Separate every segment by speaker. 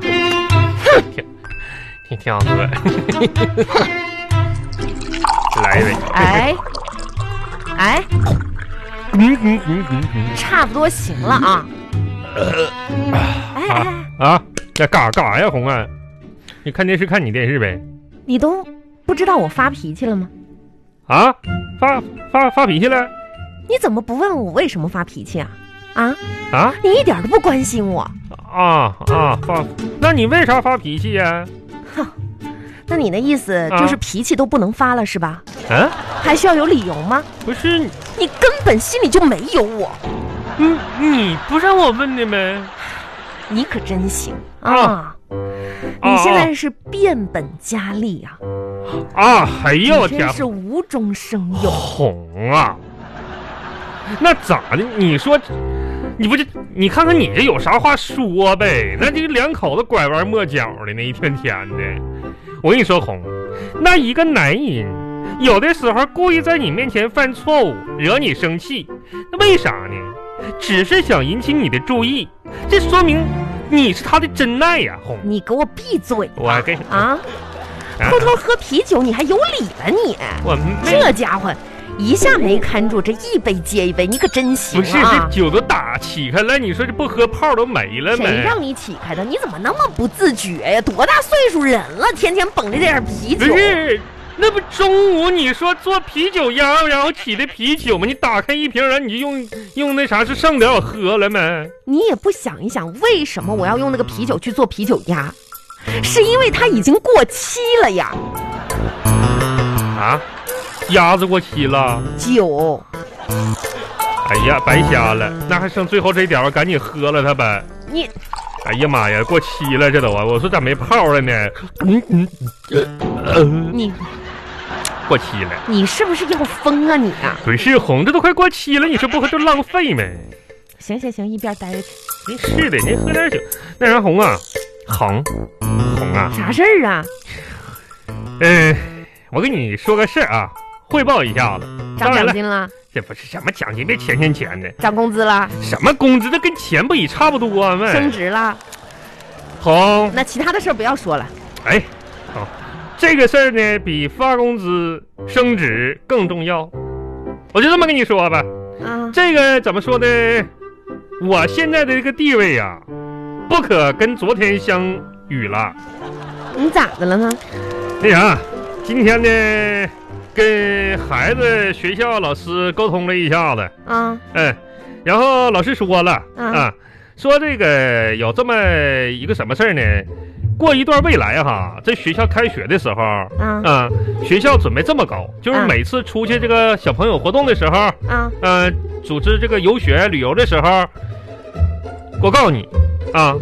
Speaker 1: 挺挺挺好喝，来一杯。
Speaker 2: 哎，哎，
Speaker 1: 嗯嗯嗯嗯嗯
Speaker 2: 差不多行了啊。
Speaker 1: 呃
Speaker 2: 哎哎，哎
Speaker 1: 啊，这干啥干啥呀，红啊？你看电视看你电视呗。
Speaker 2: 你都不知道我发脾气了吗？
Speaker 1: 啊，发发发脾气了
Speaker 2: 你怎么不问我为什么发脾气啊？啊，
Speaker 1: 啊
Speaker 2: 你一点都不关心我。
Speaker 1: 啊啊发？那你为啥发脾气呀、
Speaker 2: 那你的意思就是
Speaker 1: 啊
Speaker 2: 脾气都不能发了是吧？
Speaker 1: 嗯、
Speaker 2: 还需要有理由吗？
Speaker 1: 不是你
Speaker 2: 你根本心里就没有我，
Speaker 1: 嗯你不让我问的吗？
Speaker 2: 你可真行啊
Speaker 1: 啊！
Speaker 2: 你现在
Speaker 1: 啊
Speaker 2: 是变本加厉啊！
Speaker 1: 啊！哎呀，我
Speaker 2: 你
Speaker 1: 天
Speaker 2: 真！是无中生有。
Speaker 1: 红啊，那咋的？你说，你不就你看看你这有啥话说呗？那这个两口子拐弯抹角的，那一天天的。我跟你说，红，那一个男人有的时候故意在你面前犯错误，惹你生气，那为啥呢？只是想引起你的注意，这说明你是他的真爱呀、红。
Speaker 2: 你给我闭嘴吧！
Speaker 1: 我跟
Speaker 2: 啊，
Speaker 1: 啊
Speaker 2: 偷偷喝啤酒，你还有理了你？
Speaker 1: 我没
Speaker 2: 这家伙一下没看住，这一杯接一杯，你可真行
Speaker 1: 不是这
Speaker 2: 啊！
Speaker 1: 酒都打起开了，你说这不喝泡都没了
Speaker 2: 谁
Speaker 1: 没？
Speaker 2: 让你起开的？你怎么那么不自觉呀？多大岁数人了，天天捧着点啤
Speaker 1: 不
Speaker 2: 酒，
Speaker 1: 是，那不中午你说做啤酒鸭，然后起的啤酒吗？你打开一瓶，然后你就用用那啥是剩的，我喝了没？
Speaker 2: 你也不想一想，为什么我要用那个啤酒去做啤酒鸭？是因为它已经过期了呀，
Speaker 1: 啊，鸭子过期了，
Speaker 2: 酒。
Speaker 1: 哎呀，白瞎了，那还剩最后这一点儿，我赶紧喝了它呗。
Speaker 2: 你
Speaker 1: 哎呀妈呀，过期了这都啊！我说咋没泡了呢？嗯嗯，呃
Speaker 2: 你
Speaker 1: 呃，过期了。
Speaker 2: 你是不是要疯啊你啊？
Speaker 1: 不是红，这都快过期了，你说不喝就浪费呗？
Speaker 2: 行行行，一边待着去。
Speaker 1: 真是的，您喝点酒。那啥红啊，红，红啊，
Speaker 2: 啥事儿啊？
Speaker 1: 嗯，我跟你说个事儿啊，汇报一下子。
Speaker 2: 涨
Speaker 1: 当然
Speaker 2: 奖
Speaker 1: 了，
Speaker 2: 金了，
Speaker 1: 这不是什么奖金，别钱钱钱的，
Speaker 2: 涨工资了，
Speaker 1: 什么工资都跟钱不也差不多吗？
Speaker 2: 升职了。
Speaker 1: 红，
Speaker 2: 那其他的事儿不要说了。
Speaker 1: 哎，好，这个事儿呢，比发工资、升职更重要。我就这么跟你说吧，
Speaker 2: 啊，
Speaker 1: 这个怎么说呢？我现在的这个地位呀、不可跟昨天相与了。
Speaker 2: 你咋的了呢？
Speaker 1: 那啥，哎今天呢，跟孩子学校老师沟通了一下子。
Speaker 2: 啊，
Speaker 1: 嗯，然后老师说了
Speaker 2: 嗯
Speaker 1: 啊，说这个有这么一个什么事儿呢？过一段未来哈，这学校开学的时候
Speaker 2: 啊
Speaker 1: 啊，学校准备这么搞，就是
Speaker 2: 嗯
Speaker 1: 每次出去这个小朋友活动的时候，
Speaker 2: 啊，
Speaker 1: 呃，组织这个游学旅游的时候，我告诉你啊，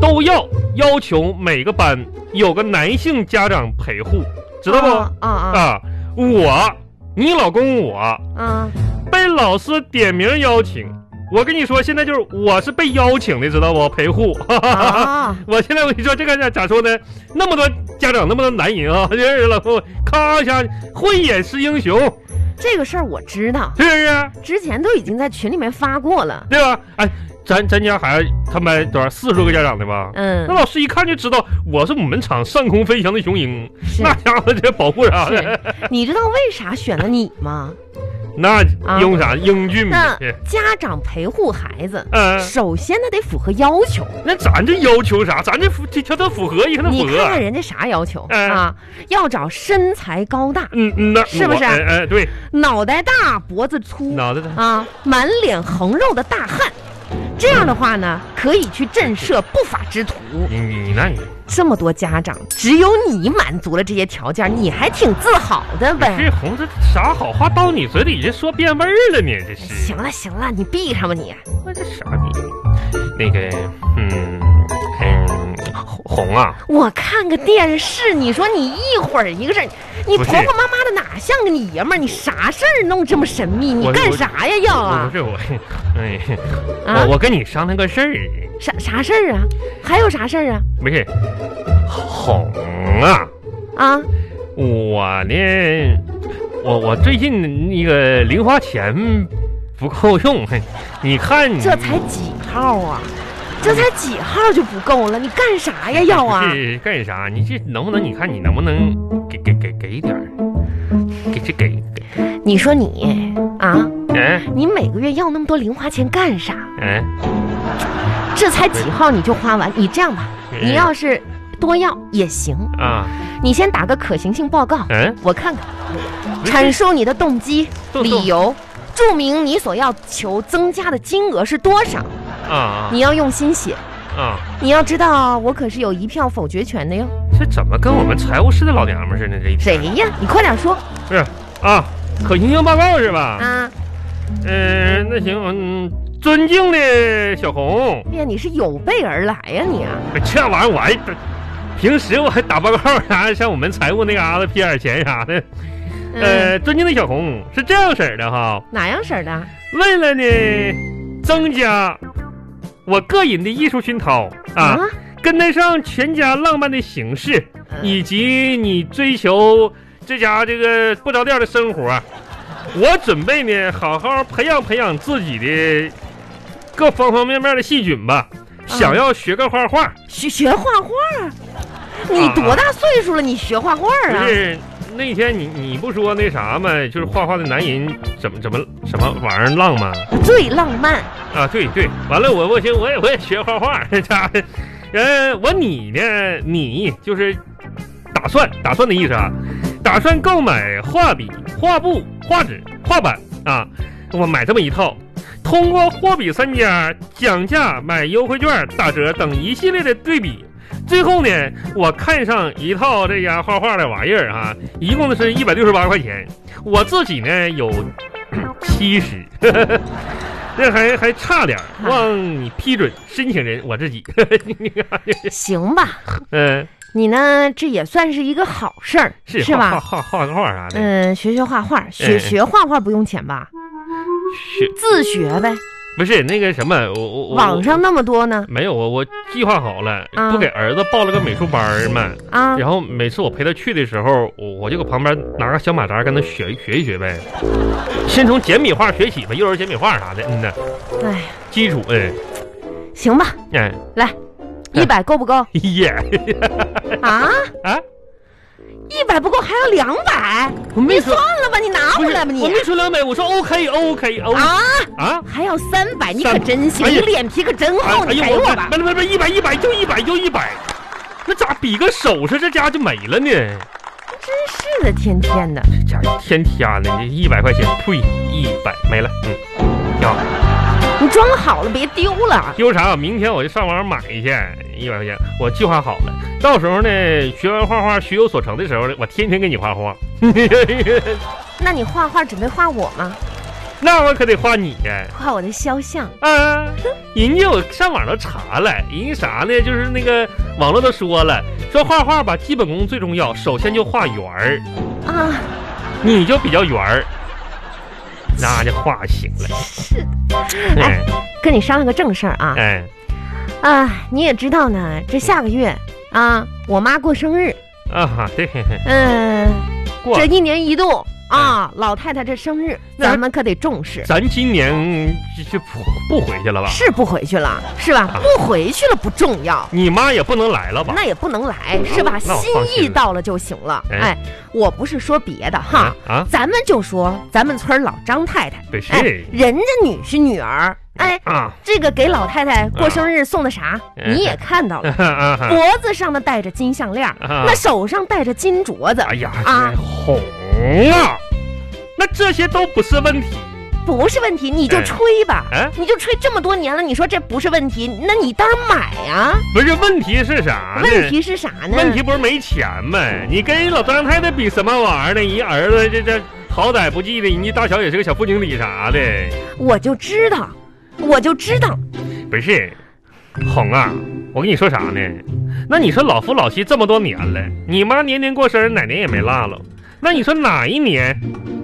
Speaker 1: 都要要求每个班有个男性家长陪护，知道不？
Speaker 2: 啊啊
Speaker 1: 啊，我，你老公我。
Speaker 2: 啊啊！
Speaker 1: 被老师点名邀请。我跟你说，现在就是我是被邀请的，知道不？陪护。
Speaker 2: 啊
Speaker 1: 我现在我跟你说，这个咋咋说呢？那么多家长，那么多男人啊，就是老婆咔一下慧眼识英雄，
Speaker 2: 这个事儿我知道，
Speaker 1: 是不是？
Speaker 2: 之前都已经在群里面发过了。
Speaker 1: 对吧？哎，咱咱家孩子他们多少四十多个家长的吧？
Speaker 2: 嗯
Speaker 1: 那，老师一看就知道我是我们厂上空飞翔的雄鹰，
Speaker 2: 是
Speaker 1: 那家伙这保护啥
Speaker 2: 嗯是
Speaker 1: 的，
Speaker 2: 你知道为啥选了你吗？
Speaker 1: 那
Speaker 2: 啊
Speaker 1: 用啥英俊美？
Speaker 2: 那家长陪护孩子，
Speaker 1: 嗯、
Speaker 2: 首先那得符合要求。
Speaker 1: 那咱这要求啥？咱这符这条它符合，一看它
Speaker 2: 你
Speaker 1: 符合。啊
Speaker 2: 看看人家啥要求
Speaker 1: 嗯
Speaker 2: 啊？要找身材高大、
Speaker 1: 嗯嗯，那
Speaker 2: 是不是啊
Speaker 1: 我哎哎，对，
Speaker 2: 脑袋大、脖子粗
Speaker 1: 脑袋大。
Speaker 2: 啊、满脸横肉的大汉。这样的话呢，可以去震慑不法之徒。
Speaker 1: 你你你那你
Speaker 2: 这么多家长，只有你满足了这些条件，你还挺自豪的呗。
Speaker 1: 这红这啥好话到你嘴里，这说变味儿了呢？这是
Speaker 2: 哎行，了行了，你闭上吧你。
Speaker 1: 那这啥逼？那个，嗯嗯，红红啊，
Speaker 2: 我看个电视，你说你一会儿一个事儿，你
Speaker 1: 不
Speaker 2: 婆
Speaker 1: 是
Speaker 2: 婆妈妈的哪像个你爷们儿？你啥事儿弄这么神秘？你
Speaker 1: 我
Speaker 2: 干
Speaker 1: 我
Speaker 2: 啥呀要
Speaker 1: 我
Speaker 2: 啊
Speaker 1: 不？是我，哎，
Speaker 2: 啊
Speaker 1: 我我跟你商量个事儿，
Speaker 2: 啥啥事儿啊？还有啥事儿啊？
Speaker 1: 不是红啊，
Speaker 2: 啊，
Speaker 1: 我呢，我我最近那个零花钱不够用。 嘿，你看你
Speaker 2: 这才几号啊？这才几号就不够了？你干啥呀？要 啊？
Speaker 1: 这干啥？你这能不能？你看你能不能给给给给点儿？给这给给
Speaker 2: 你说你啊，
Speaker 1: 哎
Speaker 2: 你每个月要那么多零花钱干啥？
Speaker 1: 哎
Speaker 2: 这才几号你就花完？你这样吧，
Speaker 1: 哎
Speaker 2: 你要是多要也行，
Speaker 1: 啊
Speaker 2: 你先打个可行性报告，
Speaker 1: 嗯，
Speaker 2: 我看看，
Speaker 1: 不是
Speaker 2: 阐述你的动机、
Speaker 1: 动动
Speaker 2: 理由，注明你所要求增加的金额是多少。
Speaker 1: 啊
Speaker 2: 你要用心写，
Speaker 1: 啊啊！
Speaker 2: 你要知道我可是有一票否决权的哟。
Speaker 1: 这怎么跟我们财务室的老娘们似的？这一
Speaker 2: 谁
Speaker 1: 天
Speaker 2: 呀？你快点说
Speaker 1: 是啊，可行性报告是吧？
Speaker 2: 啊！
Speaker 1: 嗯，那行，嗯，尊敬的小红，
Speaker 2: 哎呀，你是有备而来呀、你啊！
Speaker 1: 这玩意儿我还平时我还打报告啥，像我们财务那嘎达批点钱啥的。
Speaker 2: 嗯，
Speaker 1: 呃，尊敬的小红是这样式儿的哈，
Speaker 2: 哪样式儿的？
Speaker 1: 为了呢增加我个人的艺术熏陶啊，
Speaker 2: 嗯
Speaker 1: 跟得上全家浪漫的形式，以及你追求这家这个不着调的生活啊，我准备呢好好培养培养自己的各方方面面的细菌吧，想要学个画画，
Speaker 2: 呃学学画画儿？你
Speaker 1: 啊
Speaker 2: 多大岁数了？你学画画儿
Speaker 1: 不
Speaker 2: 啊？
Speaker 1: 是那天你你不说那啥吗？就是画画的男人怎么怎么什么玩意儿浪啊吗？
Speaker 2: 最浪漫，
Speaker 1: 啊，对对，完了我我行，我也我也学画画，这家伙，呃，我你呢，你就是打算打算的意思啊，打算购买画笔、画布、画纸、画板啊，我买这么一套。通过货比三家、讲价、买优惠券、打折等一系列的对比，最后呢，我看上一套这家画画的玩意儿啊，一共是一百六十八块钱，我自己呢有七十，这还还差点儿，
Speaker 2: 啊
Speaker 1: 望你批准申请人我自己。
Speaker 2: 行吧？
Speaker 1: 嗯，
Speaker 2: 你呢？这也算是一个好事儿，
Speaker 1: 是
Speaker 2: 吧？
Speaker 1: 画画画画画啥的，
Speaker 2: 嗯，学学画画，学、
Speaker 1: 嗯
Speaker 2: 学画画不用钱吧？
Speaker 1: 是
Speaker 2: 自学呗，
Speaker 1: 不是那个什么？我我我
Speaker 2: 网上那么多呢
Speaker 1: 没有我我计划好了，
Speaker 2: 啊
Speaker 1: 不给儿子报了个美术班儿嘛。
Speaker 2: 啊！
Speaker 1: 然后每次我陪他去的时候，我我就搁旁边拿个小马扎跟他学学一学呗，先从简笔画学起吧，幼儿简笔画啥的，嗯呐，
Speaker 2: 哎，
Speaker 1: 基础，嗯，
Speaker 2: 行吧，
Speaker 1: 哎， 嗯
Speaker 2: 一百够不够
Speaker 1: 耶，
Speaker 2: 啊？
Speaker 1: 啊，
Speaker 2: 一百不够还要两百，
Speaker 1: 我没
Speaker 2: 你
Speaker 1: 说
Speaker 2: 算，了吧，你拿
Speaker 1: 不
Speaker 2: 回
Speaker 1: 是
Speaker 2: 来吧，你
Speaker 1: 我没说两百，我说 OK OK OK
Speaker 2: 啊，
Speaker 1: 啊。
Speaker 2: 还要三百，你
Speaker 1: 三
Speaker 2: 可真行，
Speaker 1: 哎
Speaker 2: 你
Speaker 1: 呀哎
Speaker 2: 脸皮可真厚，你给我吧
Speaker 1: 不。是不是不是，一百一百就一百就一百，那咋比个手势，这家就没了呢？
Speaker 2: 真是的，天天的，
Speaker 1: 这家天天的，这一百块钱，呸，一百没了，嗯，挺好。
Speaker 2: 你装好了别丢了。
Speaker 1: 丢啥？明天我就上网上买去，一百块钱，我计划好了。到时候呢，学完画画学有所成的时候呢，我天天给你画画。
Speaker 2: 那你画画准备画我吗？
Speaker 1: 那我可得画你呀、
Speaker 2: 画我的肖像。
Speaker 1: 啊，人家我上网都查了，人家啥呢？就是那个网络都说了，说画画吧，基本功最重要，首先就画圆儿。
Speaker 2: 啊，
Speaker 1: 你就比较圆儿，那就画行了。
Speaker 2: 是
Speaker 1: 哎
Speaker 2: 跟你商量个正事儿啊。
Speaker 1: 哎，
Speaker 2: 啊，你也知道呢，这下个月啊，我妈过生日，
Speaker 1: 啊哈，对，
Speaker 2: 嗯、
Speaker 1: 过哎
Speaker 2: 这一年一度啊，老太太这生日，
Speaker 1: 那
Speaker 2: 咱们可得重视。
Speaker 1: 咱今年就就不不回去了吧？
Speaker 2: 是不回去了，是吧？
Speaker 1: 啊
Speaker 2: 不回去了不重要，
Speaker 1: 你妈也不能来了吧？
Speaker 2: 那也不能来，是吧？
Speaker 1: 啊那我
Speaker 2: 心
Speaker 1: 放心
Speaker 2: 意
Speaker 1: 了
Speaker 2: 到了就行了。
Speaker 1: 哎
Speaker 2: 哎，我不是说别的哈
Speaker 1: 啊，啊，
Speaker 2: 咱们就说咱们村儿老张太太，
Speaker 1: 对，
Speaker 2: 哎
Speaker 1: 是，
Speaker 2: 人家女婿女儿，哎，
Speaker 1: 啊
Speaker 2: 这个给老太太过生日送的啥，
Speaker 1: 嗯
Speaker 2: 你也看到了，
Speaker 1: 啊啊！
Speaker 2: 脖子上的戴着金项链儿，
Speaker 1: 啊
Speaker 2: 那手上戴着金镯子，
Speaker 1: 哎呀，
Speaker 2: 啊
Speaker 1: 这红啊，那这些都不是问题。
Speaker 2: 不是问题，你就
Speaker 1: 哎
Speaker 2: 吹吧，
Speaker 1: 哎
Speaker 2: 你就吹这么多年了，你说这不是问题，那你当然买啊。
Speaker 1: 不是问题是啥呢？
Speaker 2: 问题是啥呢？
Speaker 1: 啊问题不是没钱吗？你跟老张太太比什么玩意儿呢？人儿子这这好歹不记得，人家大小也是个小副经理啥的。
Speaker 2: 我就知道，我就知道，
Speaker 1: 不是，红啊，我跟你说啥呢？那你说老夫老妻这么多年了，你妈年年过生日，哪年也没落了。那你说哪一年，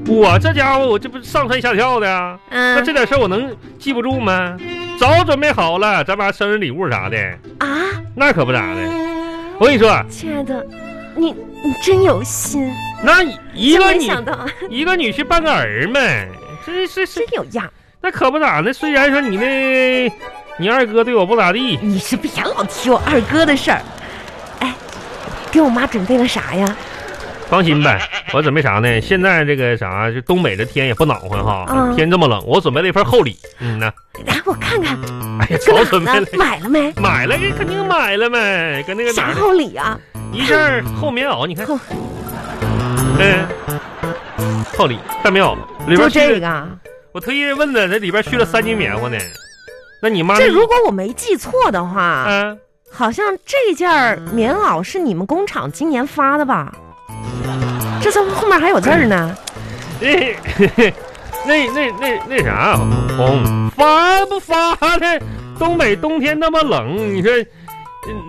Speaker 1: 我这家伙我这不上蹿下跳的、啊，那
Speaker 2: 嗯
Speaker 1: 这点事儿我能记不住吗？早准备好了，咱妈生日礼物啥的，
Speaker 2: 啊，
Speaker 1: 那可不咋的。我跟你说，
Speaker 2: 亲爱的，你你真有心，
Speaker 1: 那一
Speaker 2: 真
Speaker 1: 个
Speaker 2: 没
Speaker 1: 女
Speaker 2: 想到，
Speaker 1: 一个女婿半个儿嘛，这是是
Speaker 2: 真有样。
Speaker 1: 那可不咋的，虽然说你那，你二哥对我不咋地，
Speaker 2: 你是别老提我二哥的事儿。哎，给我妈准备了啥呀？
Speaker 1: 放心呗，我准备啥呢？现在这个啥，就东北这天也不暖和哈，
Speaker 2: 嗯
Speaker 1: 天这么冷，我准备了一份厚礼。嗯呐，
Speaker 2: 来，我看看，
Speaker 1: 哎呀，早
Speaker 2: 干
Speaker 1: 准备
Speaker 2: 嘛
Speaker 1: 了
Speaker 2: 呢，？买了没？
Speaker 1: 买了，这肯定买了呗，跟那个哪
Speaker 2: 啥
Speaker 1: 儿
Speaker 2: 厚礼啊？
Speaker 1: 一件厚棉袄，你看
Speaker 2: 厚，
Speaker 1: 嗯，厚礼大棉袄里
Speaker 2: 就
Speaker 1: 边去
Speaker 2: 这
Speaker 1: 了，
Speaker 2: 个啊。
Speaker 1: 我特意问的，那里边去了三斤棉花呢。那你妈
Speaker 2: 这
Speaker 1: 那
Speaker 2: 如果我没记错的话，
Speaker 1: 啊，
Speaker 2: 好像这件儿棉袄是你们工厂今年发的吧？这怎么后面还有字儿呢？
Speaker 1: 那 那那那那啥，红发不发的？东北冬天那么冷，你说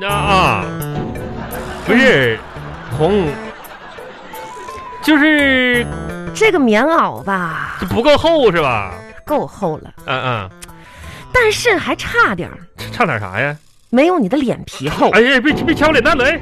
Speaker 1: 嗯啊啊，不是红，就是
Speaker 2: 这个棉袄吧，
Speaker 1: 不够厚是吧？
Speaker 2: 够厚了，
Speaker 1: 嗯嗯，
Speaker 2: 但是还差点儿
Speaker 1: 差点啥呀？
Speaker 2: 没有你的脸皮厚。
Speaker 1: 哎呀，别别敲脸蛋子！哎